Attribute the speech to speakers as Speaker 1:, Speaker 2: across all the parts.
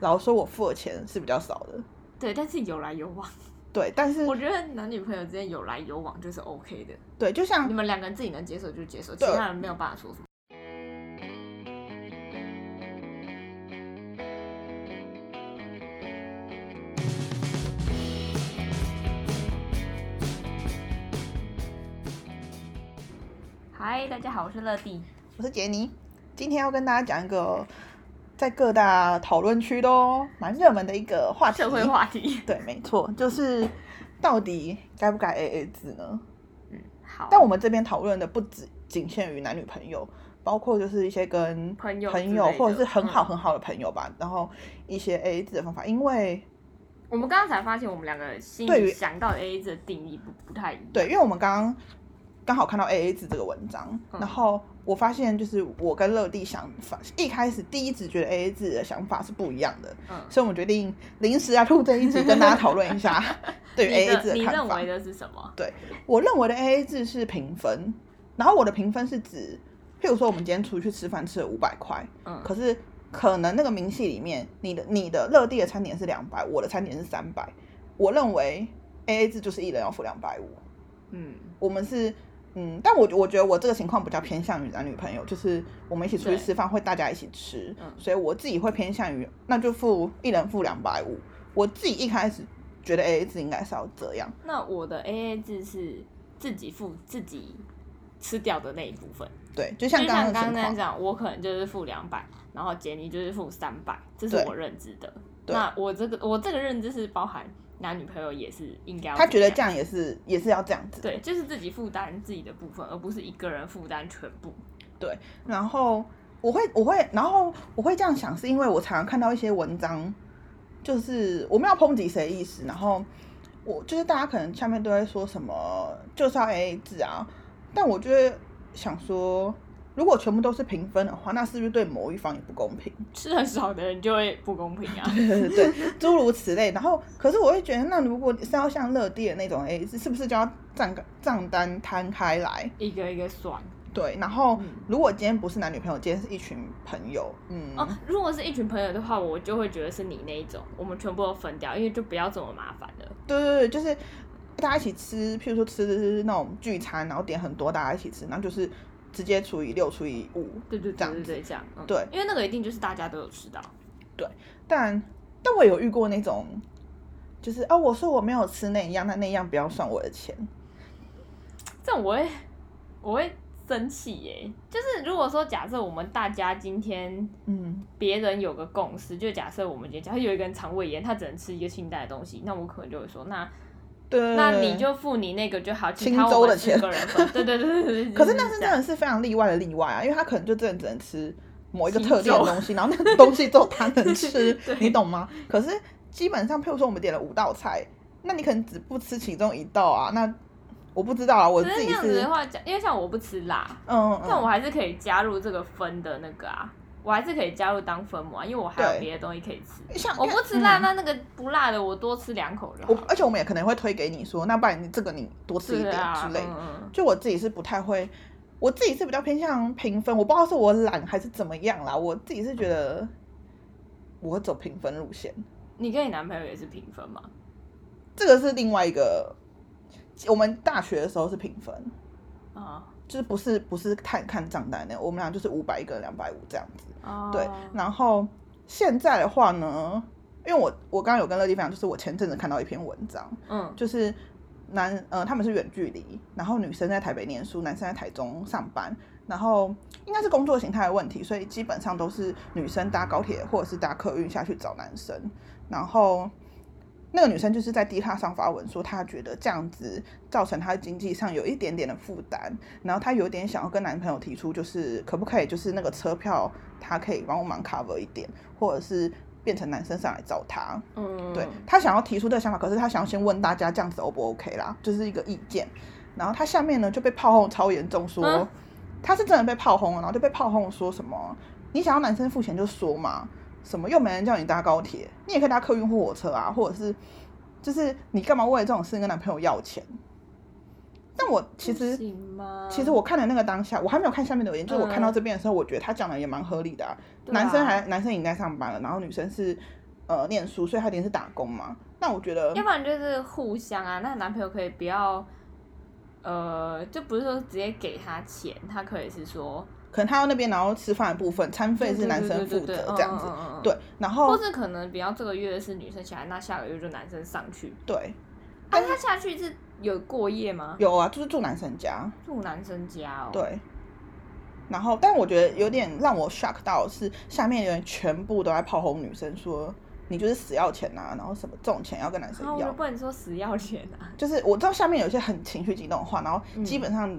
Speaker 1: 老实说我付的钱是比较少的，
Speaker 2: 对，但是有来有往，
Speaker 1: 对，但是
Speaker 2: 我觉得男女朋友之间有来有往就是 OK 的，
Speaker 1: 对，就像
Speaker 2: 你们两个人自己能接受就接受，其
Speaker 1: 对
Speaker 2: 他人没有办法说什么。嗨，大家好，我是乐蒂。
Speaker 1: 我是杰尼，今天要跟大家讲一个在各大讨论区都蛮热门的一个话题，
Speaker 2: 社会话题，
Speaker 1: 对，没错，就是到底该不该 AA 制呢？
Speaker 2: 嗯，好。
Speaker 1: 但我们这边讨论的不只仅限于男女朋友，包括就是一些跟
Speaker 2: 朋友
Speaker 1: 朋
Speaker 2: 之
Speaker 1: 友
Speaker 2: 类
Speaker 1: 或者
Speaker 2: 的
Speaker 1: 是很好
Speaker 2: 嗯
Speaker 1: 很好的朋友吧，然后一些 AA 制的方法，因为
Speaker 2: 我们刚刚才发现，我们两个心
Speaker 1: 对
Speaker 2: 里
Speaker 1: 于
Speaker 2: 想到 A A 制的定义不不太一样。
Speaker 1: 对，因为我们刚刚刚好看到 AA 制这个文章，
Speaker 2: 嗯
Speaker 1: 然后我发现就是我跟乐蒂想法一开始第一直觉得 AA 制的想法是不一样的，
Speaker 2: 嗯，
Speaker 1: 所以我们决定临时来录这一集，跟大家讨论一下 对于
Speaker 2: 嗯你
Speaker 1: AA
Speaker 2: 的
Speaker 1: 制
Speaker 2: 你
Speaker 1: 的看
Speaker 2: 认
Speaker 1: 法
Speaker 2: 为。的是什么？
Speaker 1: 我认为的 AA 制是平分，然后我的平分是指，譬如说我们今天出去吃饭吃了五百块，
Speaker 2: 嗯
Speaker 1: 可是可能那个明细里面，你的你的乐蒂的餐点是两百，我的餐点是三百，我认为 AA 制就是一人要付两百五，
Speaker 2: 嗯，
Speaker 1: 我们是。嗯，但我我觉得我这个情况比较偏向于男女朋友，就是我们一起出去
Speaker 2: 对
Speaker 1: 吃饭会大家一起吃，
Speaker 2: 嗯
Speaker 1: 所以我自己会偏向于那就付一人付两百五。我自己一开始觉得 A A 制应该是要这样，
Speaker 2: 那我的 A A 制是自己付自己吃掉的那一部分，
Speaker 1: 对，就
Speaker 2: 就
Speaker 1: 像
Speaker 2: 像
Speaker 1: 刚
Speaker 2: 刚
Speaker 1: 刚的
Speaker 2: 刚
Speaker 1: 情
Speaker 2: 那样
Speaker 1: 况，
Speaker 2: 讲，我可能就是付两百，然后杰尼就是付三百，这是
Speaker 1: 对
Speaker 2: 我认知的。
Speaker 1: 对
Speaker 2: 那我这个我这个认知是包含男女朋友也是应该要
Speaker 1: 他觉得
Speaker 2: 这
Speaker 1: 这
Speaker 2: 样，
Speaker 1: 样也是也是要这样子。
Speaker 2: 对，就是自己负担自己的部分，而不是一个人负担全部。
Speaker 1: 然后我会我会然后我会这样想，是因为我常常看到一些文章，就是我们要抨击谁的意思，然后我就是大家可能下面都会说什么就是要 AA 制啊，但我就会想说，如果全部都是平分的话，那是不是对某一方也不公平？
Speaker 2: 吃很少的人就会不公平啊。
Speaker 1: 对对，诸如此类。然后，可是我会觉得，那如果是要像乐蒂的那种 AA 制，是不是就要账账单摊开来？
Speaker 2: 一个一个算、
Speaker 1: 对，然后
Speaker 2: 嗯
Speaker 1: 如果今天不是男女朋友，今天是一群朋友，嗯，
Speaker 2: 哦。如果是一群朋友的话，我就会觉得是你那一种，我们全部都分掉，因为就不要这么麻烦了。
Speaker 1: 对对对，就是大家一起吃，譬如说吃那种聚餐，然后点很多，大家一起吃，然后就是直接除以六除以五。
Speaker 2: 对对
Speaker 1: 这
Speaker 2: 对
Speaker 1: 样
Speaker 2: 对
Speaker 1: 子
Speaker 2: 对，这样。嗯、
Speaker 1: 对，
Speaker 2: 因为那个一定就是大家都有吃到。
Speaker 1: 但但我有遇过那种，就是哦，我说我没有吃那一样，那那一样不要算我的钱。
Speaker 2: 这样我会我会生气耶、就是如果说假设我们大家今天
Speaker 1: 嗯，
Speaker 2: 别人有个共识，就假设我们今天假设有一个人肠胃炎，他只能吃一个清淡的东西，那我可能就会说，那
Speaker 1: 对对对
Speaker 2: 那你。就付你那个就好，其
Speaker 1: 清
Speaker 2: 他
Speaker 1: 粥
Speaker 2: 我
Speaker 1: 的
Speaker 2: 们四
Speaker 1: 钱
Speaker 2: 个人分。对对对对对。
Speaker 1: 可是
Speaker 2: 就
Speaker 1: 那是
Speaker 2: 这
Speaker 1: 真
Speaker 2: 样
Speaker 1: 的是非常例外的例外啊，因为他可能就真的只能吃某一个
Speaker 2: 鸡
Speaker 1: 特定的
Speaker 2: 肉
Speaker 1: 东西，然后那个东西只有他能吃
Speaker 2: 对，
Speaker 1: 你懂吗？可是基本上，譬如说我们点了五道菜，那你可能只不吃其中一道啊，那我不知道啊，我
Speaker 2: 可
Speaker 1: 自
Speaker 2: 是
Speaker 1: 己
Speaker 2: 那样子
Speaker 1: 是
Speaker 2: 的话，假因为像我不吃辣，
Speaker 1: 嗯嗯，
Speaker 2: 但我还是可以加入这个分的那个啊，我还是可以加入当分母啊，因为我还
Speaker 1: 对
Speaker 2: 有别的东西可以 吃。
Speaker 1: 像
Speaker 2: 我不吃辣，
Speaker 1: 嗯
Speaker 2: 那那个不辣的我多吃两口就好
Speaker 1: 我
Speaker 2: 了。
Speaker 1: 而且我们也可能会推给你说，那不然你这个你多吃一
Speaker 2: 对
Speaker 1: 点
Speaker 2: 啊，
Speaker 1: 之类的。
Speaker 2: 嗯
Speaker 1: 就我自己是不太会，我自己是比较偏向平分，我不知道是我懒还是怎么样啦。我自己是觉得我会走平分路线，
Speaker 2: 你跟你男朋友也是平分嘛？
Speaker 1: 这个是另外一个。我们大学的时候是平分，
Speaker 2: 啊、
Speaker 1: 就是不是不是看看账单的，我们俩就是五百一个两百五这样子。
Speaker 2: 哦
Speaker 1: 对，然后现在的话呢，因为我我刚刚有跟乐地分享，就是我前阵子看到一篇文章，
Speaker 2: 嗯
Speaker 1: 就是男呃他们是远距离，然后女生在台北念书，男生在台中上班，然后应该是工作形态的问题，所以基本上都是女生搭高铁或者是搭客运下去找男生，然后。那个女生就是在 D 卡上发文说，她觉得这样子造成她经济上有一点点的负担，然后她有点想要跟男朋友提出，就是可不可以就是那个车票，她可以帮我忙 cover 一点，或者是变成男生上来找她。
Speaker 2: 嗯，
Speaker 1: 对他想要提出这个想法，可是他想要先问大家这样子 O 不 OK 啦，就是一个意见。然后他下面呢就被炮轰超严重说，
Speaker 2: 嗯
Speaker 1: 他是真的被炮轰了，然后就被炮轰说什么你想要男生付钱就说嘛，什么又没人叫你搭高铁，你也可以搭客运或火车啊，或者是就是你干嘛为了这种事情跟男朋友要钱？但我其实
Speaker 2: 不行吗？
Speaker 1: 其实我看的那个当下，我还没有看下面留言，就是我看到
Speaker 2: 嗯
Speaker 1: 这边的时候，我觉得他讲的也蛮合理的、啊。
Speaker 2: 对啊
Speaker 1: 男生还男生已经在上班了，然后女生是呃念书，所以他一定是打工嘛。那我觉得
Speaker 2: 要不然就是互相啊，那男朋友可以不要，呃，就不是说直接给他钱，他可以是说
Speaker 1: 可能他到那边然后吃饭的部分，餐费是男生负
Speaker 2: 对对
Speaker 1: 责
Speaker 2: 对
Speaker 1: 这样子
Speaker 2: 嗯。嗯嗯嗯
Speaker 1: 对，哦然
Speaker 2: 或
Speaker 1: 后
Speaker 2: 是可能比方这个月是女生下来，那下个月就男生上去。
Speaker 1: 对哎
Speaker 2: 啊，他下去是有过夜吗？
Speaker 1: 有啊，就是住男生家，
Speaker 2: 住男生家哦。，
Speaker 1: 对。然后，但我觉得有点让我 shock 到的是，下面的人全部都在炮轰女生说你就是死要钱啊，然后什么这种钱要跟男生
Speaker 2: 啊然后我
Speaker 1: 要
Speaker 2: 就，不能说死要钱啊。
Speaker 1: 就是我知道下面有一些很情绪激动的话，然后
Speaker 2: 嗯
Speaker 1: 基本上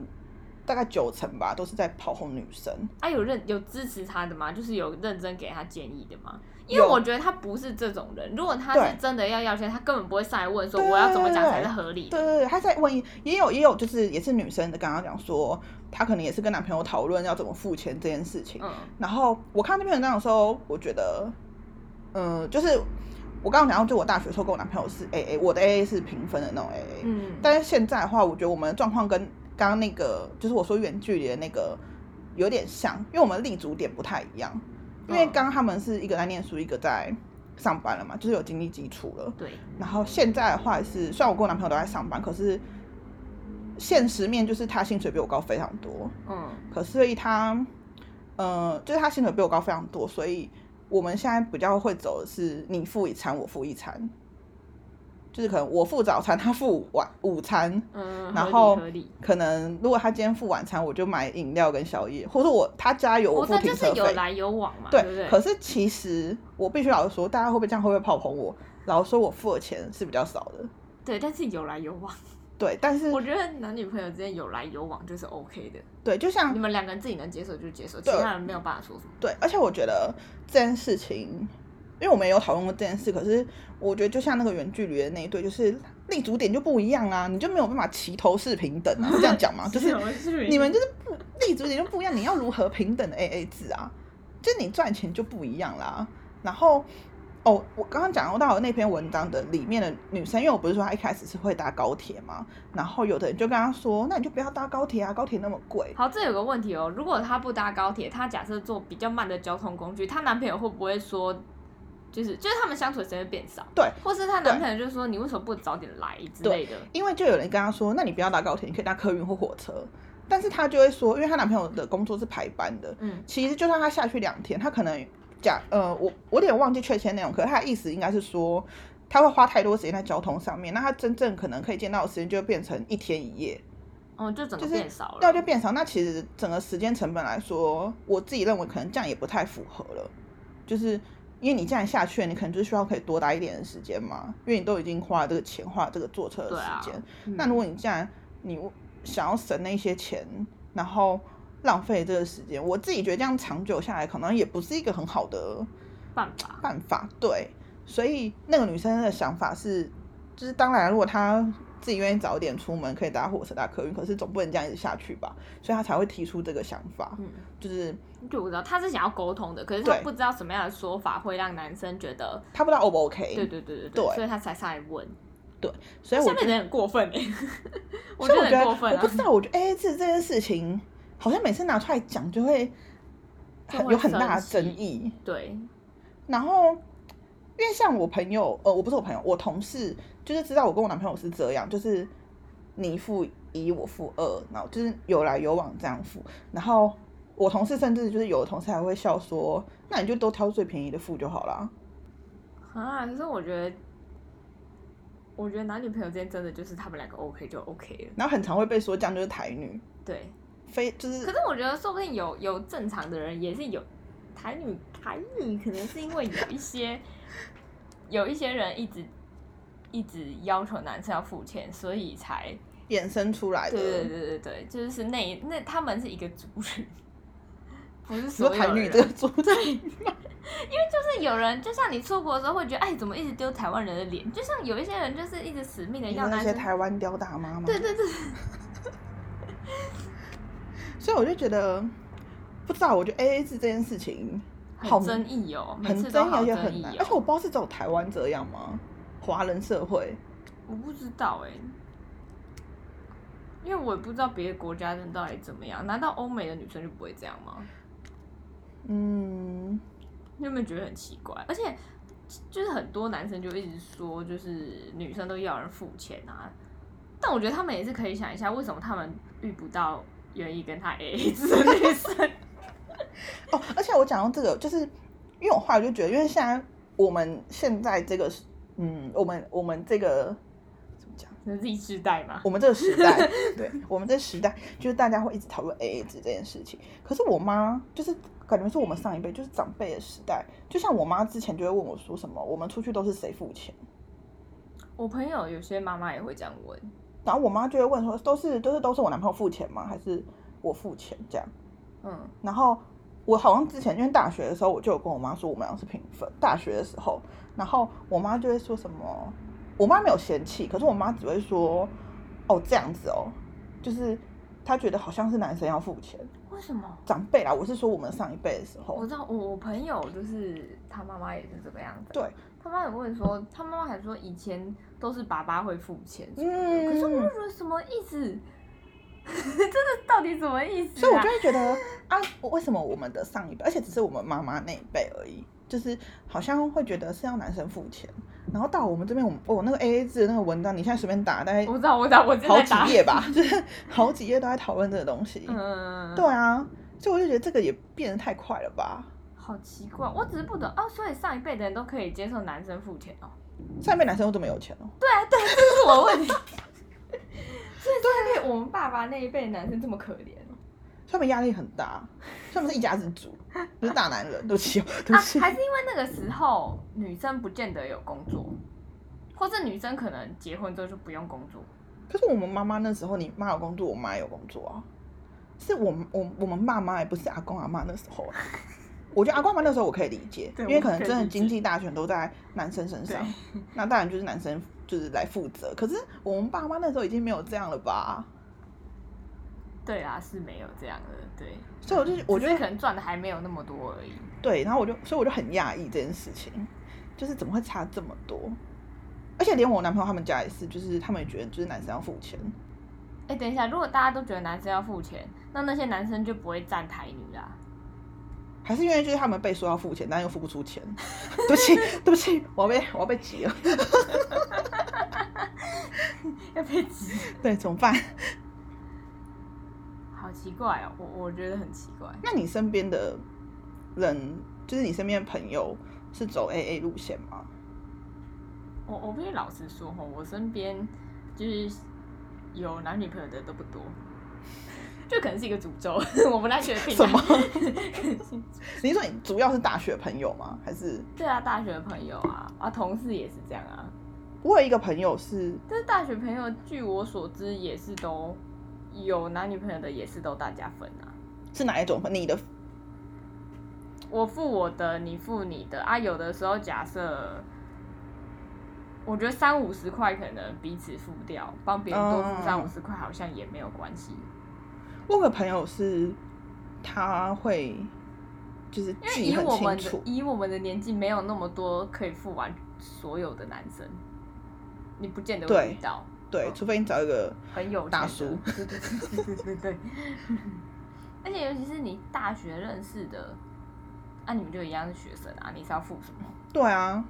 Speaker 1: 大概九成吧都是在炮轰女生。
Speaker 2: 啊，有认有支持他的吗？就是有认真给他建议的吗？因为
Speaker 1: 有
Speaker 2: 我觉得他不是这种人，如果他
Speaker 1: 对
Speaker 2: 是真的要要钱，他根本不会上来问说
Speaker 1: 对
Speaker 2: 我要怎么讲
Speaker 1: 对
Speaker 2: 才是合理
Speaker 1: 对
Speaker 2: 的。
Speaker 1: 对对，他在问，也有也有就是也是女生的，刚刚讲说她可能也是跟男朋友讨论要怎么付钱这件事情。
Speaker 2: 嗯，
Speaker 1: 然后我看这篇文章的时候，我觉得，嗯、就是我刚刚讲到，就我大学的时候跟我男朋友是 A A，我的 A A 是平分的那种 A A、
Speaker 2: 嗯，
Speaker 1: 但是现在的话，我觉得我们的状况跟刚刚那个，就是我说远距离的那个有点像，因为我们立足点不太一样。因为
Speaker 2: 嗯
Speaker 1: 刚刚他们是一个在念书，一个在上班了嘛，就是有经济基础了。
Speaker 2: 对，
Speaker 1: 然后现在的话是，虽然我跟我男朋友都在上班，可是现实面就是他薪水比我高非常多，
Speaker 2: 嗯
Speaker 1: 可是所以他，呃，就是他薪水比我高非常多，所以我们现在比较会走的是你付一餐，我付一餐，就是可能我付早餐，他付晚午餐。
Speaker 2: 嗯，
Speaker 1: 然
Speaker 2: 合理
Speaker 1: 后
Speaker 2: 合理。
Speaker 1: 可能如果他今天付晚餐，我就买饮料跟宵夜，或者我他加油，我
Speaker 2: 我
Speaker 1: 付
Speaker 2: 这
Speaker 1: 停
Speaker 2: 哦就是
Speaker 1: 车
Speaker 2: 有
Speaker 1: 费。
Speaker 2: 来有往嘛，
Speaker 1: 对，
Speaker 2: 不对？
Speaker 1: 可是其实我必须老实说，大家会不会这样会不会炮轰我？老实说，我付的钱是比较少的。
Speaker 2: 对，但是有来有往，
Speaker 1: 对，但是
Speaker 2: 我觉得男女朋友之间有来有往就是 OK 的，
Speaker 1: 对，就像
Speaker 2: 你们两个人自己能接受就接受，其
Speaker 1: 对
Speaker 2: 他人没有办法说什么。
Speaker 1: 对，而且我觉得这件事情，因为我们也有讨论过这件事，可是我觉得就像那个远距离的那一对，就是立足点就不一样啊，你就没有办法齐头是平等啊，是这样讲 吗？就是
Speaker 2: 是
Speaker 1: 你们就是不立足点就不一样，你要如何平等的 A A 制啊？就是你赚钱就不一样啦。然后哦，我刚刚讲到那篇文章的里面的女生，因为我不是说她一开始是会搭高铁嘛，然后有的人就跟她说，那你就不要搭高铁啊，高铁那么贵。
Speaker 2: 好，这有个问题哦。如果她不搭高铁，她假设坐比较慢的交通工具，她男朋友会不会说，就是就是他们相处的时间会变少，
Speaker 1: 对，
Speaker 2: 或是她男朋友就说你为什么不早点来之类的？
Speaker 1: 因为就有人跟她说，那你不要搭高铁，你可以搭客运或火车。但是她就会说，因为她男朋友的工作是排班的，
Speaker 2: 嗯，
Speaker 1: 其实就算她下去两天，她可能假呃，我我有点忘记确切内容，可是她的意思应该是说，她会花太多时间在交通上面，那她真正可能可以见到的时间就会变成一天一夜，
Speaker 2: 哦，就整个
Speaker 1: 就是
Speaker 2: 变少了。
Speaker 1: 那啊就变少。那其实整个时间成本来说，我自己认为可能这样也不太符合了，就是。因为你这样下去，你可能就需要可以多待一点的时间嘛，因为你都已经花了这个钱，花了这个坐车的
Speaker 2: 对啊
Speaker 1: 时间，
Speaker 2: 嗯
Speaker 1: 那如果你既然你想要省那些钱，然后浪费这个时间，我自己觉得这样长久下来，可能也不是一个很好的
Speaker 2: 办法，
Speaker 1: 办法。对，所以那个女生的想法是，就是当然，如果她自己愿意早一点出门，可以搭火车、搭客运，可是总不能这样一直下去吧，所以她才会提出这个想法，
Speaker 2: 嗯，
Speaker 1: 就是
Speaker 2: 就我知道她是想要沟通的，可是她
Speaker 1: 对
Speaker 2: 不知道什么样的说法会让男生觉得，
Speaker 1: 她不知道 O 不 OK。
Speaker 2: 对对对对
Speaker 1: 对
Speaker 2: 所以她才上来问。
Speaker 1: 所以我
Speaker 2: 下面的人很过分哎、 我
Speaker 1: 所以
Speaker 2: 得
Speaker 1: 我觉
Speaker 2: 很
Speaker 1: 得，
Speaker 2: 过分
Speaker 1: 我
Speaker 2: 啊
Speaker 1: 不。知道，我觉得 AA 制这件事情，好像每次拿出来讲就会
Speaker 2: 就
Speaker 1: 很
Speaker 2: 会
Speaker 1: 有很大的
Speaker 2: 生
Speaker 1: 争
Speaker 2: 气
Speaker 1: 议。
Speaker 2: 对，
Speaker 1: 然后，因为像我朋友，呃，我不是我朋友，我同事就是知道我跟我男朋友是这样，就是你付一，我付二，然后就是有来有往这样付。然后我同事甚至就是有的同事还会笑说：“那你就都挑最便宜的付就好啦。
Speaker 2: 啊，可是我觉得，我觉得男女朋友之间真的就是他们两个 OK 就 OK 了。
Speaker 1: 然后很常会被说这样就是台女，
Speaker 2: 对，
Speaker 1: 非就
Speaker 2: 可
Speaker 1: 是
Speaker 2: 是我觉得说不定有有正常的人也是有台女台女，可能是因为有一些有一些人一直一直要求男生要付钱，所以才
Speaker 1: 衍生出来
Speaker 2: 对
Speaker 1: 的。
Speaker 2: 对对对对，就是那那他们是一个族群，不
Speaker 1: 你
Speaker 2: 是
Speaker 1: 说
Speaker 2: 所有
Speaker 1: 台女
Speaker 2: 人
Speaker 1: 这个组织，
Speaker 2: 就是有人，就像你出国的时候会觉得，哎，怎么一直丢台湾人的脸？就像有一些人就是一直死命的
Speaker 1: 你
Speaker 2: 要
Speaker 1: 说那
Speaker 2: 男
Speaker 1: 些
Speaker 2: 生，
Speaker 1: 台湾刁大妈吗？
Speaker 2: 对对对，
Speaker 1: 所以我就觉得，不知道，我觉得 A A 制这件事情好
Speaker 2: 很争议哦，每
Speaker 1: 很
Speaker 2: 次都
Speaker 1: 争议，
Speaker 2: 好
Speaker 1: 而且
Speaker 2: 争
Speaker 1: 很
Speaker 2: 议
Speaker 1: 难。而且我
Speaker 2: 哦。
Speaker 1: 不知道是只有台湾这样吗？华人社会，
Speaker 2: 我不知道哎、因为我也不知道别的国家人到底怎么样。难道欧美的女生就不会这样吗？
Speaker 1: 嗯，
Speaker 2: 你有没有觉得很奇怪？而且就是很多男生就一直说，就是女生都要人付钱啊。但我觉得他们也是可以想一下，为什么他们遇不到愿意跟他 AA 制的女生？
Speaker 1: 哦，而且我讲到这个，就是因为我后来就觉得，因为现在我们现在这个时，嗯，我们我们这个怎么讲？
Speaker 2: 那是一世代嘛？
Speaker 1: 我们这个时代，对我们这个时代，就是大家会一直讨论 AA 制这件事情。可是我妈就是感觉是我们上一辈，就是长辈的时代，就像我妈之前就会问我说什么，我们出去都是谁付钱？
Speaker 2: 我朋友有些妈妈也会这样问，
Speaker 1: 然后我妈就会问说，都是都是都是我男朋友付钱吗？还是我付钱这样？
Speaker 2: 嗯，
Speaker 1: 然后我好像之前因为大学的时候，我就有跟我妈说我们俩是平分。大学的时候，然后我妈就会说什么，我妈没有嫌弃，可是我妈只会说，哦这样子哦，就是她觉得好像是男生要付钱，
Speaker 2: 为什么？
Speaker 1: 长辈啦，我是说我们上一辈的时
Speaker 2: 我
Speaker 1: 候
Speaker 2: 知，道我我朋友就是他妈妈也是这个样子，
Speaker 1: 对，
Speaker 2: 他妈也问说，他妈妈还说以前都是爸爸会付钱什么的，
Speaker 1: 嗯
Speaker 2: 可是我就觉得什么意思？ 真的到底什么意思、啊？
Speaker 1: 所以我就会觉得啊，为什么我们的上一辈，而且只是我们妈妈那一辈而已。就是好像会觉得是要男生付钱，然后到我们这边，我们哦那个 A A 制的那个文章，你现在随便打，大概
Speaker 2: 我知道，我知道，我正
Speaker 1: 好
Speaker 2: 在
Speaker 1: 几
Speaker 2: 打。
Speaker 1: 页吧， 就是好几页都在讨论这个东西。
Speaker 2: 嗯，
Speaker 1: 对，啊，所以我就觉得这个也变得太快了吧。
Speaker 2: 好奇怪，我只是不懂哦。所以上一辈的人都可以接受男生付钱哦，
Speaker 1: 上面男生都这么有钱哦、
Speaker 2: 这是我的问题。 所以上一辈我们爸爸那一辈的男生这么可怜哦，
Speaker 1: 所以他们压力很大，所以他们是一家之主，不是大男人，对不起，哦对
Speaker 2: 啊
Speaker 1: 不起。，
Speaker 2: 还是因为那个时候女生不见得有工作，或是女生可能结婚之后就不用工作。
Speaker 1: 可是我们妈妈那时候，你妈有工作，我妈也有工作啊，是我们我我们爸妈，也不是阿公阿妈那时候、啊。我觉得阿公阿妈那时候我可以理解，
Speaker 2: 对
Speaker 1: 因为
Speaker 2: 我
Speaker 1: 可能
Speaker 2: 可以
Speaker 1: 真的
Speaker 2: 理解
Speaker 1: 经济大权都在男生身
Speaker 2: 对
Speaker 1: 上，那当然就是男生就是来负责。可是我们爸妈那时候已经没有这样了吧？
Speaker 2: 对啊，是没有这样的，对。
Speaker 1: 所以我就我觉
Speaker 2: 只
Speaker 1: 得
Speaker 2: 是可能赚的还没有那么多而已。
Speaker 1: 对，然后我就，所以我就很讶异这件事情，就是怎么会差这么多？而且连我男朋友他们家也是，就是他们也觉得就是男生要付钱，
Speaker 2: 哎，等一下，如果大家都觉得男生要付钱，那那些男生就不会站台女啦。
Speaker 1: 还是因为就是他们被说要付钱，但又付不出 钱。对不起，对不起，我要被我要被挤了，
Speaker 2: 要被挤，
Speaker 1: 对，怎么办？
Speaker 2: 好奇怪哦，我我觉得很奇怪。
Speaker 1: 那你身边的人，就是你身边的朋友是走 AA 路线吗？
Speaker 2: 我我必须老实说哈，我身边就是有男女朋友的都不多，这可能是一个诅咒， 我不太确定、啊。
Speaker 1: 什么？你说你主要是大学朋友吗？还是
Speaker 2: 对啊，大学朋友啊，啊，同事也是这样啊。
Speaker 1: 我有一个朋友是
Speaker 2: 但是大学朋友，据我所知，也是都有男女朋友的，也是都大家分啊。
Speaker 1: 是哪一种？你的
Speaker 2: 我付我的，你付你的啊。有的时候假设，我觉得三五十块可能彼此付掉，帮别人多付三五十
Speaker 1: 哦
Speaker 2: 块好像也没有关系，
Speaker 1: 我有个朋友是，他会就是
Speaker 2: 因为
Speaker 1: 记
Speaker 2: 以
Speaker 1: 很
Speaker 2: 我
Speaker 1: 清
Speaker 2: 们的
Speaker 1: 楚，
Speaker 2: 以我们的年纪，没有那么多可以付完所有的男生，你不见得会
Speaker 1: 对
Speaker 2: 遇到
Speaker 1: 对，除非你找一个
Speaker 2: 很有钱的
Speaker 1: 大叔，
Speaker 2: 对对对对对对对。而且尤其是你大学认识的，啊，你们就一样是学生啊，你是要付什么？
Speaker 1: 对啊。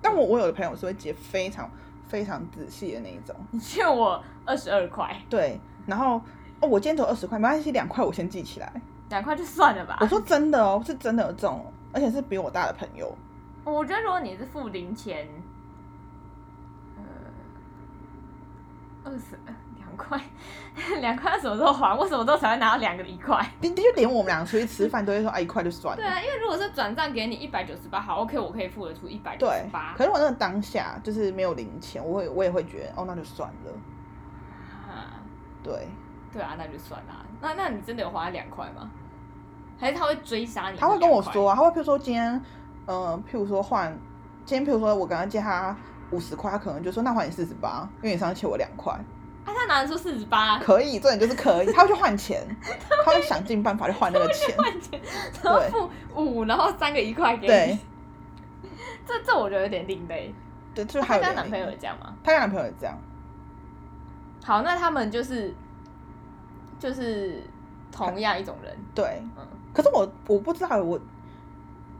Speaker 1: 但我我有的朋友是会记得非常非常仔细的那一种，
Speaker 2: 你欠我二十二块，
Speaker 1: 对。然后哦，我今天投二十块，没关系，两块我先记起来。
Speaker 2: 两块就算了吧。
Speaker 1: 我说真的哦，是真的有这种，而且是比我大的朋友，
Speaker 2: 我觉得如果你是付零钱，呃，二十两块， 两块什么时候还？我什么时候才会拿到两个一块？
Speaker 1: 的的就连我们俩出去吃饭都会说啊一块就算
Speaker 2: 对
Speaker 1: 了，
Speaker 2: 啊，因为如果是转账给你一百九十八，好，OK，我可以付得出一百九
Speaker 1: 对
Speaker 2: 十。八
Speaker 1: 可。是我那个当下就是没有零钱，我会我也会觉得哦那就算了，
Speaker 2: 啊
Speaker 1: 对。
Speaker 2: 对啊，那就算啦。那那你真的有花两块吗？还是他会追杀你？
Speaker 1: 他会跟我说，啊，他会譬如说今天，呃，譬如说换，今天譬如说我刚刚借他五十块，他可能就说那还你四十八，因为你上次欠我两块，
Speaker 2: 啊，他拿得出四十八，
Speaker 1: 可以，重点就是可以，他会去换 钱，他会想尽办法去换那个钱，
Speaker 2: 换钱，然后付五，然后三个一块给
Speaker 1: 对
Speaker 2: 你。 这这我觉得有点另类。
Speaker 1: 对，就是还
Speaker 2: 她
Speaker 1: 有
Speaker 2: 跟
Speaker 1: 点
Speaker 2: 她男朋友
Speaker 1: 那
Speaker 2: 也
Speaker 1: 个，
Speaker 2: 这样吗？
Speaker 1: 他跟男朋友也这样，
Speaker 2: 好，那他们就是就是同样一种人，
Speaker 1: 对，
Speaker 2: 嗯，
Speaker 1: 可是我我不知道我。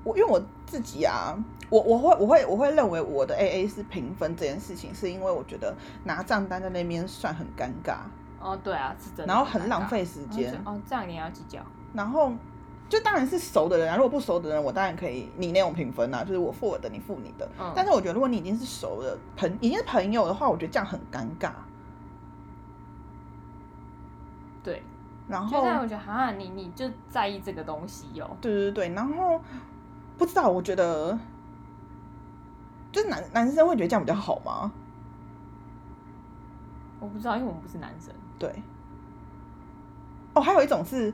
Speaker 1: 我因为我自己啊，我我会我会我会认为我的 A A 是平分这件事情，是因为我觉得拿账单在那边算很尴尬，
Speaker 2: 哦，对啊，是真的。
Speaker 1: 然后很浪费时
Speaker 2: 然后就
Speaker 1: 间，
Speaker 2: 哦，这样你也要计较。
Speaker 1: 然后就当然是熟的人啊，如果不熟的人，我当然可以你那种平分啊，就是我付我的，你付你的。
Speaker 2: 嗯，
Speaker 1: 但是我觉得如果你已经是熟的朋，已经是朋友的话，我觉得这样很尴尬。
Speaker 2: 对，
Speaker 1: 然
Speaker 2: 就
Speaker 1: 后
Speaker 2: 但我觉得哈，你你就在意这个东西哦哟、
Speaker 1: 对对对，然后不知道，我觉得就是男男生会觉得这样比较好吗？
Speaker 2: 我不知道，因为我们不是男生。
Speaker 1: 对。哦，还有一种是，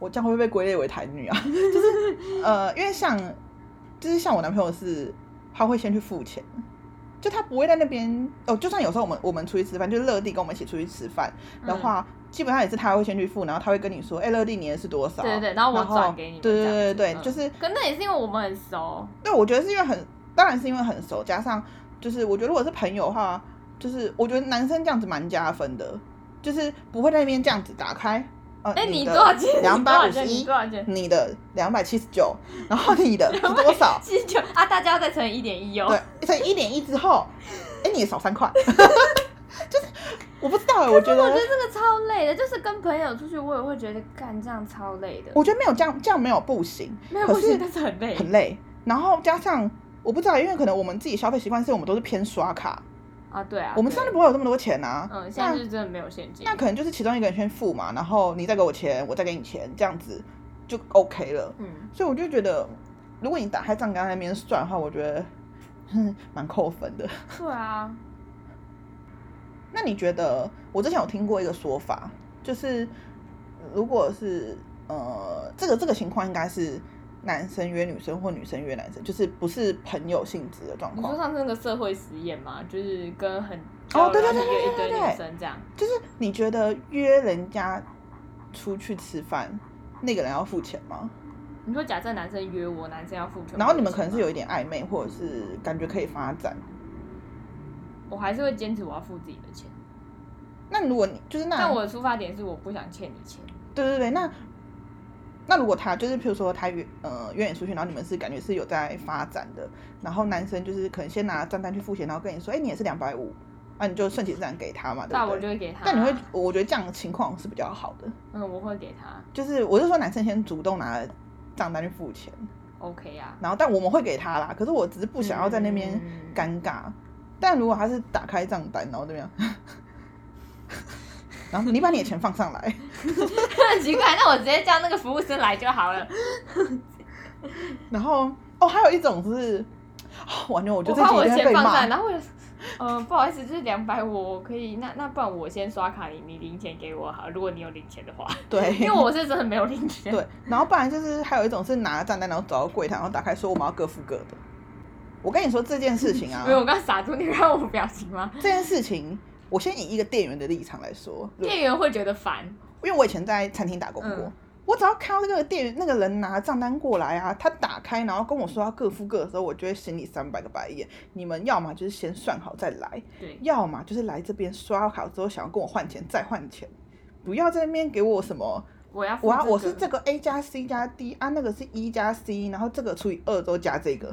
Speaker 1: 我这样会不会被归类为台女啊？ 就是呃，因为像就是像我男朋友是，他会先去付钱，就他不会在那边哦。就算有时候我们我们出去吃饭，就是乐蒂跟我们一起出去吃饭的
Speaker 2: 嗯
Speaker 1: 话，基本上也是他会先去付，然后他会跟你说，哎、乐蒂你的是多少？
Speaker 2: 对对对，然后我
Speaker 1: 啊然后
Speaker 2: 转给你们这
Speaker 1: 对对
Speaker 2: 样
Speaker 1: 对
Speaker 2: 子。
Speaker 1: 对
Speaker 2: 嗯
Speaker 1: 就是
Speaker 2: 可那也是因为我们很熟。
Speaker 1: 对，我觉得是因为很，当然是因为很熟，加上就是我觉得如果是朋友的话，就是我觉得男生这样子蛮加分的，就是不会在那边这样子打开。呃，
Speaker 2: 哎、
Speaker 1: 你
Speaker 2: 你
Speaker 1: 的
Speaker 2: 多少钱？你
Speaker 1: 两
Speaker 2: 多
Speaker 1: 百
Speaker 2: 少
Speaker 1: 五十
Speaker 2: 钱？你
Speaker 1: 一嗯
Speaker 2: 多，少钱？？
Speaker 1: 你的两百七十九，然后你的是多少
Speaker 2: 七十九啊！大家再乘以一点一哦。
Speaker 1: 对，乘以一点一之后，哎，你也少三 块，就是我不知道哎，我觉
Speaker 2: 我觉
Speaker 1: 得
Speaker 2: 得这个超累的，就是跟朋友出去，我也会觉得干这样超累的。
Speaker 1: 我觉得没有这样，这样没有不行，
Speaker 2: 没有
Speaker 1: 可
Speaker 2: 不行，
Speaker 1: 是
Speaker 2: 但是很累。
Speaker 1: 很累，然后加上。我不知道，因为可能我们自己消费习惯是我们都是偏刷卡，
Speaker 2: 啊，对啊。
Speaker 1: 我们
Speaker 2: 对
Speaker 1: 真的不会有这么多钱啊。
Speaker 2: 嗯，现
Speaker 1: 那
Speaker 2: 在就是真的没有现金
Speaker 1: 那。可能就是其中一个人先付嘛，然后你再给我钱，我再给你钱，这样子就 OK 了。
Speaker 2: 嗯，
Speaker 1: 所以我就觉得，如果你打开账单在那边算的话，我觉得哼蛮扣分的。
Speaker 2: 对啊，
Speaker 1: 那你觉得？我之前有听过一个说法，就是如果是呃，这个这个情况应该是男生约女生或女生约男生，就是不是朋友性质的状
Speaker 2: 你说
Speaker 1: 况。
Speaker 2: 上次那个社会实验嘛，就是跟很
Speaker 1: 哦对对
Speaker 2: 然后
Speaker 1: 对对
Speaker 2: 约
Speaker 1: 对
Speaker 2: 一
Speaker 1: 对
Speaker 2: 堆
Speaker 1: 对
Speaker 2: 女生这样，
Speaker 1: 就是你觉得约人家出去吃饭，那个人要付钱吗？
Speaker 2: 你说假设男生约我，男生要付全部的钱吗，
Speaker 1: 然后你们可能是有一点暧昧，或者是感觉可以发展。
Speaker 2: 我还是会坚持我要付自己的钱，
Speaker 1: 那如果你就是那，
Speaker 2: 但我的出发点是我不想欠你钱。
Speaker 1: 对对对，那那如果他就是譬如说他约呃约你出去，然后你们是感觉是有在发展的，然后男生就是可能先拿账单去付钱，然后跟你说，哎、你也是两百五，啊那你就顺其自然给他嘛，对
Speaker 2: 那
Speaker 1: 不
Speaker 2: 我
Speaker 1: 对？
Speaker 2: 就会给他，
Speaker 1: 但你会，我觉得这样的情况是比较好的，
Speaker 2: 嗯，我会给他
Speaker 1: 就是我是说男生先主动拿账单去付钱，
Speaker 2: ，OK 啊，
Speaker 1: 然后但我们会给他啦，可是我只是不想要在那边
Speaker 2: 嗯
Speaker 1: 尴尬。但如果他是打开账单，然后怎么样？ 然后你把你的钱放上来，
Speaker 2: 很奇怪，那我直接叫那个服务生来就好了。
Speaker 1: 然后哦，还有一种是，哦完全我觉得
Speaker 2: 我
Speaker 1: 这
Speaker 2: 把我
Speaker 1: 集一
Speaker 2: 的
Speaker 1: 定会
Speaker 2: 钱
Speaker 1: 被
Speaker 2: 放
Speaker 1: 骂
Speaker 2: 上，。然后我 就，呃，不好意思，就是两百五，我可以，那那不然我先刷卡，你你零钱给我好，如果你有零钱 的话，因为
Speaker 1: 对
Speaker 2: 我是真的没有零钱。
Speaker 1: 对，然后不然就是还有一种是拿账单，然后走到柜台，然后打开说我们要各付各的。我跟你说这件事情啊
Speaker 2: 没，有，我刚傻住，你看我表情吗？
Speaker 1: 这件事情，我先以一个店员的立场来说，如
Speaker 2: 店员会觉得烦，
Speaker 1: 因为我以前在餐厅打工过，
Speaker 2: 嗯
Speaker 1: 我只要看到那个店员那个人拿账单过来啊，他打开然后跟我说要各付各的时候，我就会心里三百个白眼。你们要么就是先算好再来，
Speaker 2: 对，
Speaker 1: 要么就是来这边刷卡之后想要跟我换钱再换钱，不要在那边给我什么。
Speaker 2: 我要付
Speaker 1: 我要我
Speaker 2: 这
Speaker 1: 是
Speaker 2: 个
Speaker 1: 这个 A 加 C 加 D 啊，那个是一、加 C，然后这个除以二之后加这个，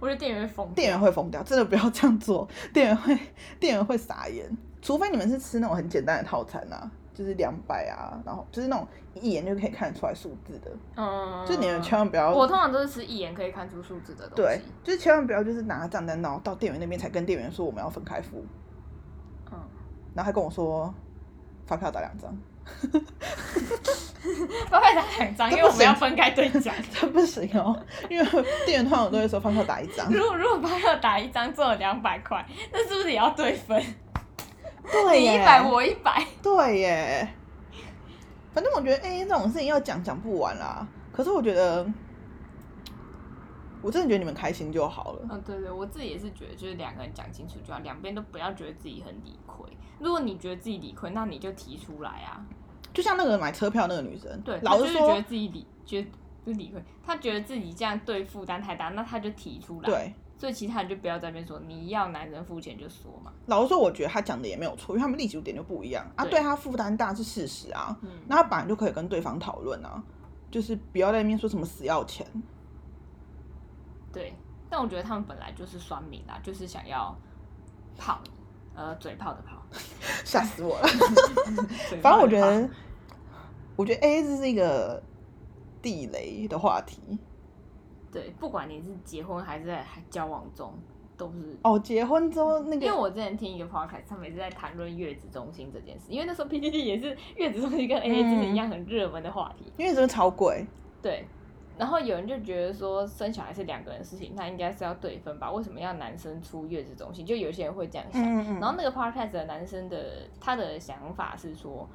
Speaker 2: 我觉得店员会疯
Speaker 1: 店员会疯掉，真的不要这样做，店员会店员会傻眼，除非你们是吃那种很简单的套餐啊，就是两百啊，然后就是那种一眼就可以看得出来数字的，
Speaker 2: 嗯，
Speaker 1: 就是你们千万不要
Speaker 2: 我通常都是吃一眼可以看出数字的东
Speaker 1: 对
Speaker 2: 西，，
Speaker 1: 就是千万不要就是拿账单，然后到店员那边才跟店员说我们要分开付，
Speaker 2: 嗯，
Speaker 1: 然后还跟我说发票打两张，
Speaker 2: 八块打 两张，因为我们要分开对奖。
Speaker 1: 这不行哦，因为店员通常都会说发票打一 张，
Speaker 2: 如果如果八票打一张中了两百块，那是不是也要对分？
Speaker 1: 对
Speaker 2: 你
Speaker 1: 耶，
Speaker 2: 一百，我一 百。
Speaker 1: 对耶。反正我觉得 A A 这种事情要讲讲不完啦。可是我觉得，我真的觉得你们开心就好了。
Speaker 2: 嗯，对对，我自己也是觉得，就是两个人讲清楚就好，两边都不要觉得自己很理亏。如果你觉得自己理亏，那你就提出来啊。
Speaker 1: 就像那个买车票那个女生，
Speaker 2: 对，他
Speaker 1: 老
Speaker 2: 就
Speaker 1: 实
Speaker 2: 是觉
Speaker 1: 说
Speaker 2: 得，自己理，觉得不是理亏，他觉得自己这样对负担太大，那他就提出来。，
Speaker 1: 对，
Speaker 2: 所以其他人就不要在那边说你要男人付钱就说嘛。
Speaker 1: 老实说，我觉得她讲的也没有错，因为他们立足点就不一样啊。
Speaker 2: 对
Speaker 1: 对她负担大是事实啊，
Speaker 2: 嗯，
Speaker 1: 那她本来就可以跟对方讨论啊。就是不要在那边说什么死要钱，
Speaker 2: 对，但我觉得他们本来就是酸民啦，就是想要泡你，呃，嘴炮的 泡。
Speaker 1: 吓死 我了。
Speaker 2: 嘴
Speaker 1: 反正我
Speaker 2: 炮的
Speaker 1: 觉
Speaker 2: 泡
Speaker 1: 得，我觉得 A A 制是一个地雷的话题
Speaker 2: 对，不管你是结婚还是在还交往中，都是。
Speaker 1: 哦。结婚之后那
Speaker 2: 因为
Speaker 1: 个
Speaker 2: 我之前听一个 podcast，他们也是在谈论月子中心这件事，因为那时候 PPT 也是月子中心跟 AA 制一样很热门的话题。
Speaker 1: 因为真的超贵，
Speaker 2: 对，然后有人就觉得说生小孩是两个人的事情，那应该是要对分吧？为什么要男生出月子中心？就有些人会这样想。
Speaker 1: 嗯嗯
Speaker 2: 然后那个 podcast 的男生的他的想法是说，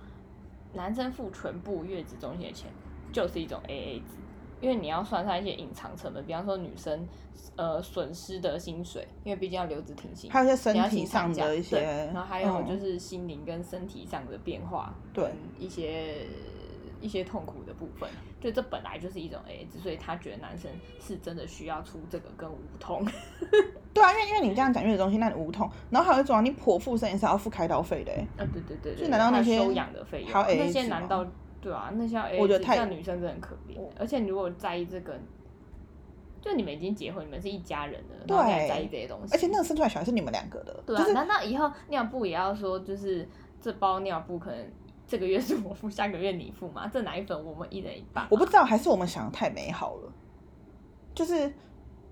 Speaker 2: 男生付全部月子中心的钱就是一种 AA 制，因为你要算上一些隐藏成本，比方说女生呃损失的薪水，因为毕竟要留职停薪，
Speaker 1: 还有一些身
Speaker 2: 你要
Speaker 1: 体
Speaker 2: 请
Speaker 1: 上
Speaker 2: 产假
Speaker 1: 的一
Speaker 2: 对
Speaker 1: 些，
Speaker 2: 然后还有
Speaker 1: 嗯
Speaker 2: 就是心灵跟身体上的变化，嗯
Speaker 1: 对
Speaker 2: 一些一些痛苦的部分，就这本来就是一种 AA 制，所以他觉得男生是真的需要出这个跟无痛，
Speaker 1: 对啊，因为因为你这样讲月子中心，那你无痛，然后还有一种啊你剖腹生也是要付开刀费的欸、
Speaker 2: 啊，对对对对，
Speaker 1: 所以难道
Speaker 2: 还有
Speaker 1: 那些
Speaker 2: 收养的费用，啊
Speaker 1: 还有
Speaker 2: 那
Speaker 1: AA
Speaker 2: 些
Speaker 1: 制
Speaker 2: 难
Speaker 1: 吗
Speaker 2: 道对啊？那些要 AA
Speaker 1: 我觉得
Speaker 2: 制
Speaker 1: 太哦
Speaker 2: 这样女生真的很可怜，而且你如果在意这个，就你们已经结婚，你们是一家人了，然后你还
Speaker 1: 对
Speaker 2: 在意这些东西，
Speaker 1: 而且那个生出来小孩是你们两个的，
Speaker 2: 嗯对啊，
Speaker 1: 就是
Speaker 2: 难道以后尿布也要说，就是这包尿布可能这个月是我付，下个月你付吗？这奶粉我们一人一半吗。
Speaker 1: 我不知道，还是我们想的太美好了，就是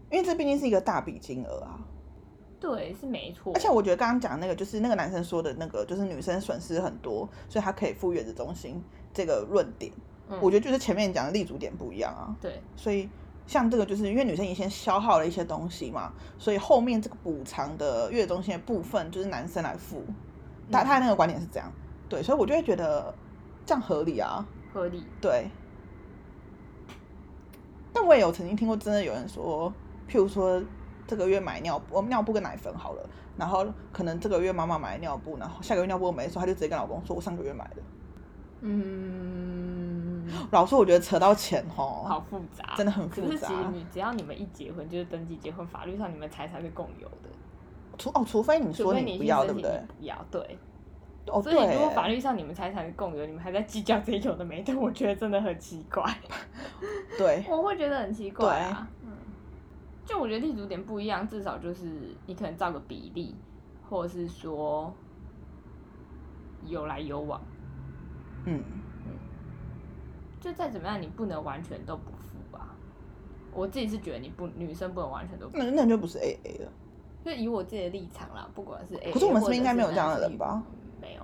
Speaker 1: 因为这毕竟是一个大笔金额啊。
Speaker 2: 对，是没错。
Speaker 1: 而且我觉得刚刚讲那个，就是那个男生说的那个，就是女生损失很多，所以她可以赴月子中心这个论点，
Speaker 2: 嗯
Speaker 1: 我觉得就是前面讲的立足点不一样啊。
Speaker 2: 对
Speaker 1: 所以像这个，就是因为女生已经先消耗了一些东西嘛，所以后面这个补偿的月子中心的部分就是男生来付。他
Speaker 2: 嗯
Speaker 1: 他的那个观点是这样，对，所以我就会觉得这样合理啊，
Speaker 2: 合理，
Speaker 1: 对。但我也有曾经听过，真的有人说，譬如说这个月买尿布，我们尿布跟奶粉好了，然后可能这个月妈妈买尿布，然后下个月尿布没的时候，她就直接跟老公说：“我上个月买的。
Speaker 2: 嗯，”
Speaker 1: 老实说，我觉得扯到钱哦吼，
Speaker 2: 好复杂，
Speaker 1: 真的很
Speaker 2: 可
Speaker 1: 复
Speaker 2: 是其实
Speaker 1: 杂。
Speaker 2: 你只要你们一结婚，就是登记结婚，法律上你们财产是共有的，
Speaker 1: 除哦，除非你
Speaker 2: 除
Speaker 1: 说
Speaker 2: 非
Speaker 1: 你
Speaker 2: 去
Speaker 1: 不要，对
Speaker 2: 申
Speaker 1: 不
Speaker 2: 请
Speaker 1: 对？
Speaker 2: 你不要，对。
Speaker 1: 哦，
Speaker 2: 所
Speaker 1: 对
Speaker 2: 以如果法
Speaker 1: 耶，
Speaker 2: 律上你们财产是共有，你们还在计较这些有的没的，我觉得真的很奇怪。
Speaker 1: 对，
Speaker 2: 我会觉得很奇怪啊。嗯，就我觉得立足点不一样，至少就是你可能照个比例，或者是说有来有往，
Speaker 1: 嗯，
Speaker 2: 就再怎么样，你不能完全都不付吧。我自己是觉得你不女生不能完全都不，
Speaker 1: 那那就不是 A A 了。
Speaker 2: 就以我自己的立场啦，不管是 A，
Speaker 1: 可是我们是不是应该没有这样的人吧？
Speaker 2: 没有，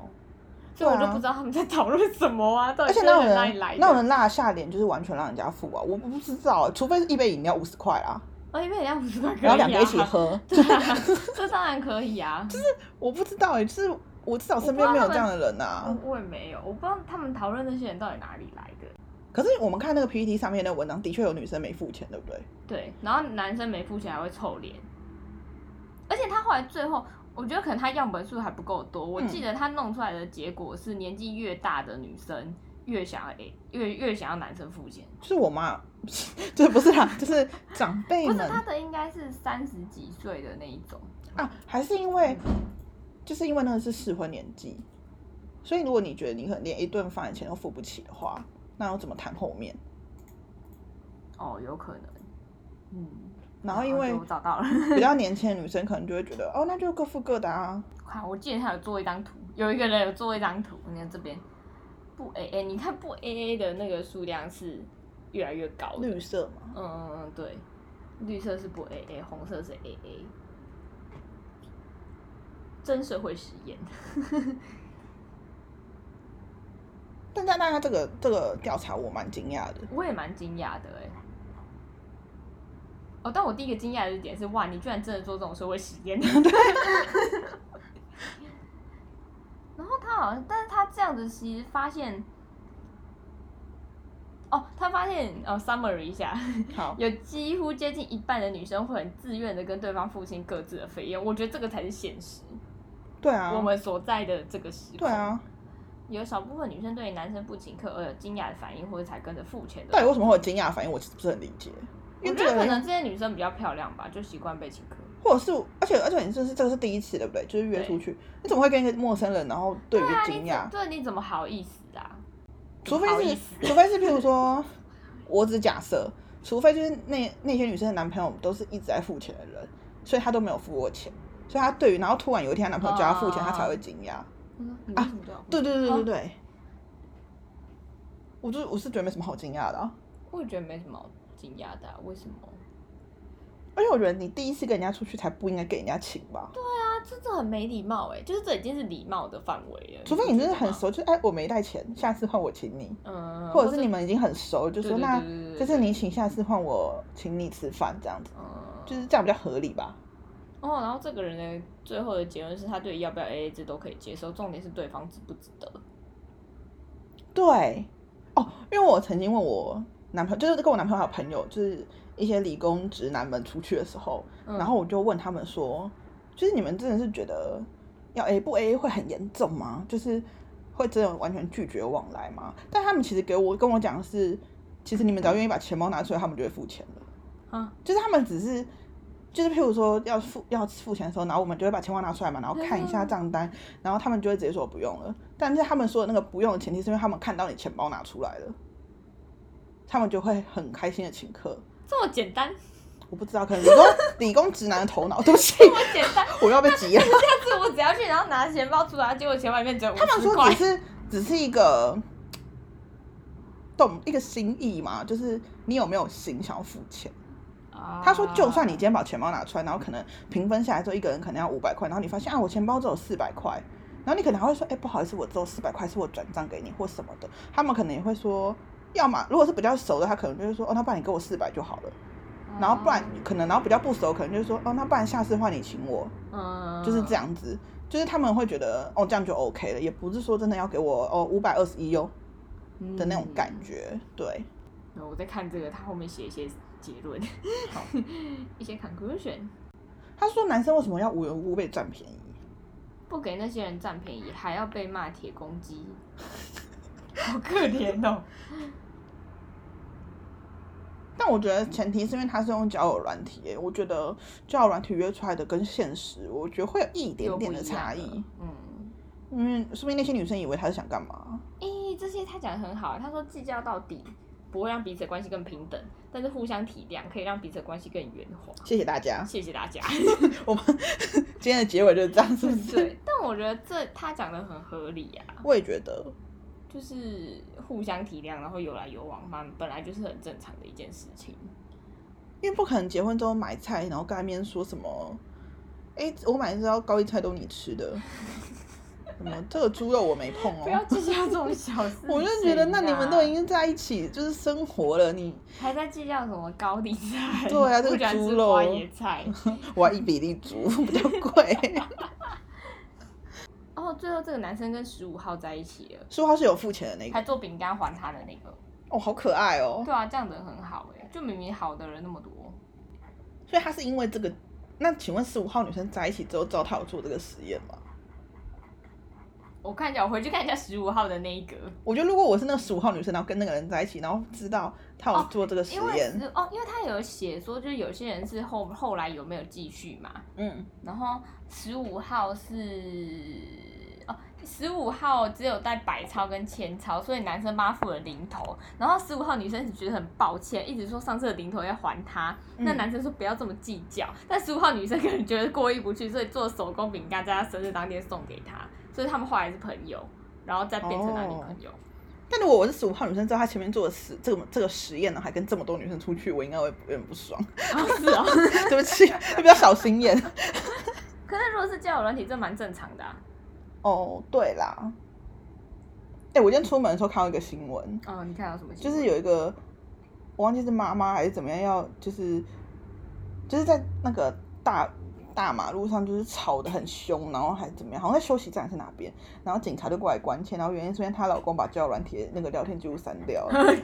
Speaker 2: 所以我
Speaker 1: 对啊
Speaker 2: 就不知道他们在讨论什么啊，到
Speaker 1: 而
Speaker 2: 底
Speaker 1: 且
Speaker 2: 是
Speaker 1: 那种
Speaker 2: 哪里
Speaker 1: 人
Speaker 2: 来，的？
Speaker 1: 那种人落下脸就是完全让人家付啊，我不知道，除非是一杯饮料五十块啊，
Speaker 2: 而且人家五十块可以、啊，
Speaker 1: 然后两个一起， 喝，
Speaker 2: 对啊，这当然可以啊，
Speaker 1: 我不知道哎、就是我至少身边
Speaker 2: 我不
Speaker 1: 没
Speaker 2: 知道
Speaker 1: 有这样的人啊。
Speaker 2: 我我也没有，我不知道他们讨论那些人到底哪里来的。
Speaker 1: 可是我们看那个 PPT 上面的文章，的确有女生没付钱，对不对？
Speaker 2: 对，然后男生没付钱还会臭脸，而且他后来最后，我觉得可能他样本数还不够多。我
Speaker 1: 嗯
Speaker 2: 记得他弄出来的结果是，年纪越大的女生越想要 A，越越想要男生付钱。
Speaker 1: 就是我妈， 就是不是啦，就是长辈
Speaker 2: 不是
Speaker 1: 们
Speaker 2: 他的应该是三十几岁的那一种，
Speaker 1: 啊，还是因为就是因为那个是适婚年纪，所以如果你觉得你可能连一顿饭的钱都付不起的话，那要怎么谈后面？
Speaker 2: 哦，有可能，嗯。
Speaker 1: 然后因为
Speaker 2: 我找到了，
Speaker 1: 比 较年轻的女生可能就会觉得，哦，那就各付各的啊。
Speaker 2: 看我记得他有做一张图，有一个人有做一张图，你看这边不 A A，你看不 A A 的那个数量是越来越高的，
Speaker 1: 绿色嘛，
Speaker 2: 嗯，对，绿色是不 A A，红色是 A A。真社会实验，
Speaker 1: 但但大家这个这个调查我蛮惊讶的，
Speaker 2: 我也蛮惊讶的哎、哦，但我第一个惊讶的点是，哇，你居然真的做 这种社会实验。然后他好像，但是他这样子其实发现，哦，他发现哦，summary 一下，
Speaker 1: 好，
Speaker 2: 有几乎接近一半的女生会很自愿的跟对方付清各自的费用，我觉得这个才是现实。
Speaker 1: 对啊，
Speaker 2: 我们所在的这个时空，
Speaker 1: 对，啊，
Speaker 2: 有少部分女生对于男生不请客而呃有惊讶的反应，或者才跟着付钱的。
Speaker 1: 到底为什么会有惊讶的反应？我其实不是很理解，因为
Speaker 2: 我
Speaker 1: 这
Speaker 2: 觉得
Speaker 1: 个
Speaker 2: 可能
Speaker 1: 人，
Speaker 2: 这些女生比较漂亮吧，就习惯被请客。
Speaker 1: 或者是，而且而且你这是这个是第一次，对不对？就是约出去，你怎么会跟一个陌生人，然后对于
Speaker 2: 啊，你
Speaker 1: 惊讶？
Speaker 2: 这你怎么好意思啊？
Speaker 1: 除
Speaker 2: 好
Speaker 1: 非
Speaker 2: 意
Speaker 1: 是
Speaker 2: 思，
Speaker 1: 除非是，譬如说，我只假设，除非就是那那些女生的男朋友都是一直在付钱的人，所以她都没有付过钱，所以她对于然后突然有一天她男朋友叫她付钱，她才会惊讶。
Speaker 2: 我说嗯你为什么都要付？
Speaker 1: 对对对
Speaker 2: 啊
Speaker 1: 对对，我就我是觉得没什么好惊讶的、啊，
Speaker 2: 我也觉得没什么好惊讶的啊、为什么？
Speaker 1: 而且我觉得你第一次跟人家出去才不应该给人家请吧，
Speaker 2: 啊，真的很没礼貌哎、就是这已经是礼貌的范围了。
Speaker 1: 除非你真
Speaker 2: 不觉
Speaker 1: 的
Speaker 2: 得
Speaker 1: 很
Speaker 2: 吗，
Speaker 1: 熟，就是哎我没带钱，下次换我请你，
Speaker 2: 嗯，
Speaker 1: 或者是你们已经很熟，就
Speaker 2: 对
Speaker 1: 说
Speaker 2: 对
Speaker 1: 那
Speaker 2: 对对对
Speaker 1: 这次你请，下次换我请你吃饭这样子，
Speaker 2: 嗯，
Speaker 1: 就是这样比较合理吧。
Speaker 2: 哦，然后这个人的最后的结论是他对要不要 AA 制都可以接受，重点是对方值不值得。
Speaker 1: 对，哦，因为我曾经问我男朋友，就是跟我男朋友还有朋友，就是一些理工直男们出去的时候，
Speaker 2: 嗯
Speaker 1: 然后我就问他们说，就是你们真的是觉得要 A 不 A 会很严重吗？就是会真的完全拒绝往来吗？但他们其实给我跟我讲的是，其实你们只要愿意把钱包拿出来，他们就会付钱了。
Speaker 2: 啊，
Speaker 1: 就是他们只是，就是譬如说要付要付钱的时候，然后我们就会把钱包拿出来嘛，然后看一下账单，然后他们就会直接说不用了。但是他们说的那个不用的前提是因为他们看到你钱包拿出来了，他们就会很开心的请客。
Speaker 2: 这么简单，
Speaker 1: 我不知道，可能理工理工直男的头脑，对不起，
Speaker 2: 这么简单。
Speaker 1: 我要被急了。
Speaker 2: 下次我只要去，然后拿钱包出来，结果钱包里面只有五
Speaker 1: 他们
Speaker 2: 十
Speaker 1: 说
Speaker 2: 块
Speaker 1: 只。是只是一个动一个心意嘛，就是你有没有心想要付钱。他
Speaker 2: 他
Speaker 1: 说，就算你今天把钱包拿出来，然后可能平分下来之后，一个人可能要五百块，然后你发现啊，我钱包只有四百块，然后你可能还会说，哎、不好意思，我只有四百块，是我转账给你或什么的。他们可能也会说，要么如果是比较熟的，他可能就会说，哦，那不然你给我四百就好了。
Speaker 2: 哦
Speaker 1: 然后不然可能，然后比较不熟，可能就会说，哦，那不然下次换你请我，
Speaker 2: 嗯，
Speaker 1: 就是这样子。就是他们会觉得，哦，这样就 OK 了，也不是说真的要给我哦五百二十一哟的那种感
Speaker 2: 嗯
Speaker 1: 觉。对，
Speaker 2: 然后我在看这个，他后面写一些结论，
Speaker 1: 好，
Speaker 2: 一些 conclusion，
Speaker 1: 他说男生为什么要无缘无故被占便宜？
Speaker 2: 不给那些人占便宜，还要被骂铁公 鸡，好可怜哦。
Speaker 1: 但我觉得前提是因为他是用交友软体耶、我觉得交友软体约出来的跟现实，我觉得会有一点点的差
Speaker 2: 又不一
Speaker 1: 异
Speaker 2: 样。了。嗯，
Speaker 1: 因为说明那些女生以为他是想干嘛？
Speaker 2: 诶、这些他讲的很好，啊他说计较到底不会让彼此的关系更平等，但是互相体谅可以让彼此的关系更圆滑。
Speaker 1: 谢谢大家，
Speaker 2: 谢谢大家。
Speaker 1: 我们今天的结尾就是这样，是不 是？
Speaker 2: 对，但我觉得这他讲的很合理啊，
Speaker 1: 我也觉得，
Speaker 2: 就是互相体谅，然后有来有往，蛮本来就是很正常的一件事 情。
Speaker 1: 因为不可能结婚之后买菜，然后跟他面说什么，哎、我买这道高丽菜都你吃的， 什么这个猪肉我没碰
Speaker 2: 不要
Speaker 1: 哦。
Speaker 2: 计较这种小事、啊
Speaker 1: 我就觉得，那你们都已。经在一起，就是生活了，你
Speaker 2: 还在计较什么高丽 菜？
Speaker 1: 对啊这个
Speaker 2: 不喜欢
Speaker 1: 猪
Speaker 2: 吃
Speaker 1: 肉
Speaker 2: 花 椰菜。
Speaker 1: 我要一比例煮 比较贵。
Speaker 2: 哦，最后这个男生跟十五号在一起了，
Speaker 1: 说他是有付钱的那个
Speaker 2: 还，做饼干还他的那个。
Speaker 1: 哦，好可爱哦。
Speaker 2: 对啊，这样的人很好哎、就明明好的人那么多，
Speaker 1: 所以他是因为这个，那请问十五号女生在一起之后，知道他有做这个实验吗？
Speaker 2: 我看一下，我回去看一下十五号的那一格，
Speaker 1: 我觉得如果我是那个十五号女生，然后跟那个人在一起，然后知道他有做这个实
Speaker 2: 因为
Speaker 1: 验，
Speaker 2: 十哦，因为他有写说，就是有些人是后后来有没有继续嘛，
Speaker 1: 嗯，
Speaker 2: 然后十五号是哦，十五号只有带百超跟千超，所以男生帮他付了零头。然后十五号女生只觉得很抱歉，一直说上次的零头要还他。
Speaker 1: 嗯
Speaker 2: 那男生说不要这么计较，但十五号女生可能觉得过意不去，所以做手工饼干在他生日当天送给他，所以他们后来是朋友，然后再变成男女朋 友。哦
Speaker 1: 但如果我是十五号女生，知道他前面做的实这个这个实验呢，还跟这么多女生出去，我应该会有点不 爽。
Speaker 2: 哦，是哦。
Speaker 1: 对不起，我比较小心眼。
Speaker 2: 可是如果是交友软体，这蛮正常的、啊。
Speaker 1: 哦，对啦，哎、我今天出门的时候看到一个新闻，
Speaker 2: 哦，你看到什么新
Speaker 1: 就
Speaker 2: 闻？
Speaker 1: 是有一个，我忘记是妈妈还是怎么样，要就是就是在那个大大马路上就是吵得很凶，然后还怎么样，好像在休息站还是哪边，然后警察就过来关切，然后原因是因为她老公把交友软体的那个聊天记录删掉了。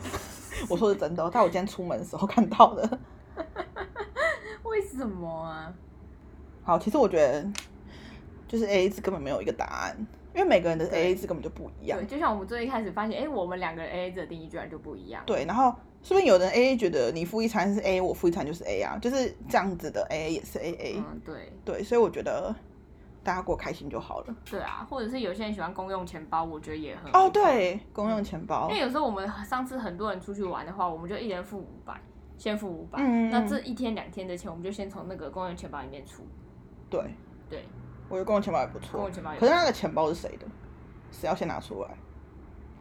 Speaker 1: 我说是真的哦、但我今天出门的时候看到的。
Speaker 2: 为什么啊？
Speaker 1: 好，其实我觉得就是 A A 制根本没有一个答案，因为每个人的 A
Speaker 2: 对
Speaker 1: A 制根本就不一样
Speaker 2: 对，。就像我们最一开始发现，哎、我们两个人 AA 制的定义居然就不一样。
Speaker 1: 对，然后说不定有人 A A 觉得你付一餐是 A，我付一餐就是 A 啊，就是这样子的 A A 也是 A A。
Speaker 2: 嗯，对，
Speaker 1: 对，所以我觉得大家过开心就好了。
Speaker 2: 对啊，或者是有些人喜欢公用钱包，我觉得也很
Speaker 1: 哦，
Speaker 2: OK，
Speaker 1: 对，哦公用钱包
Speaker 2: 因为，有时候我们上次很多人出去玩的话，我们就一人付五百，先付五百、
Speaker 1: 嗯嗯
Speaker 2: 那
Speaker 1: 嗯
Speaker 2: 这一天两天的钱，我们就先从那个公用钱包里面出。
Speaker 1: 对，
Speaker 2: 对，
Speaker 1: 我觉得公用钱包也不
Speaker 2: 公
Speaker 1: 错
Speaker 2: 用。钱包也
Speaker 1: 可是那个钱包是谁的？谁要先拿出来？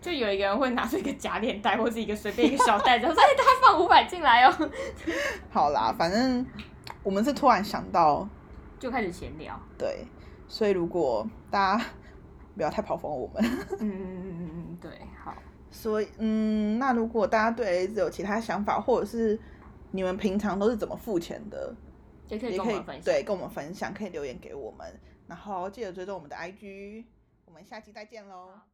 Speaker 2: 就有一个人会拿出一个假链袋或是一个随便一个小袋子，他说：“ 哎，他放五百进来哦。
Speaker 1: 好啦，反正我们是突然想到，”
Speaker 2: 就开始闲聊。
Speaker 1: 对，所以如果大家 不要太嘲讽我们，
Speaker 2: 嗯嗯嗯嗯嗯，对，好。
Speaker 1: 所以嗯，那如果大家对 A 子有其他想法，或者是你们平常都是怎么付钱的，
Speaker 2: 也可以
Speaker 1: 也
Speaker 2: 跟
Speaker 1: 可
Speaker 2: 我
Speaker 1: 以
Speaker 2: 们分享。
Speaker 1: 对跟我们分享，可以留言给我们，然后记得追踪我们的 IG，我们下期再见喽。
Speaker 2: 好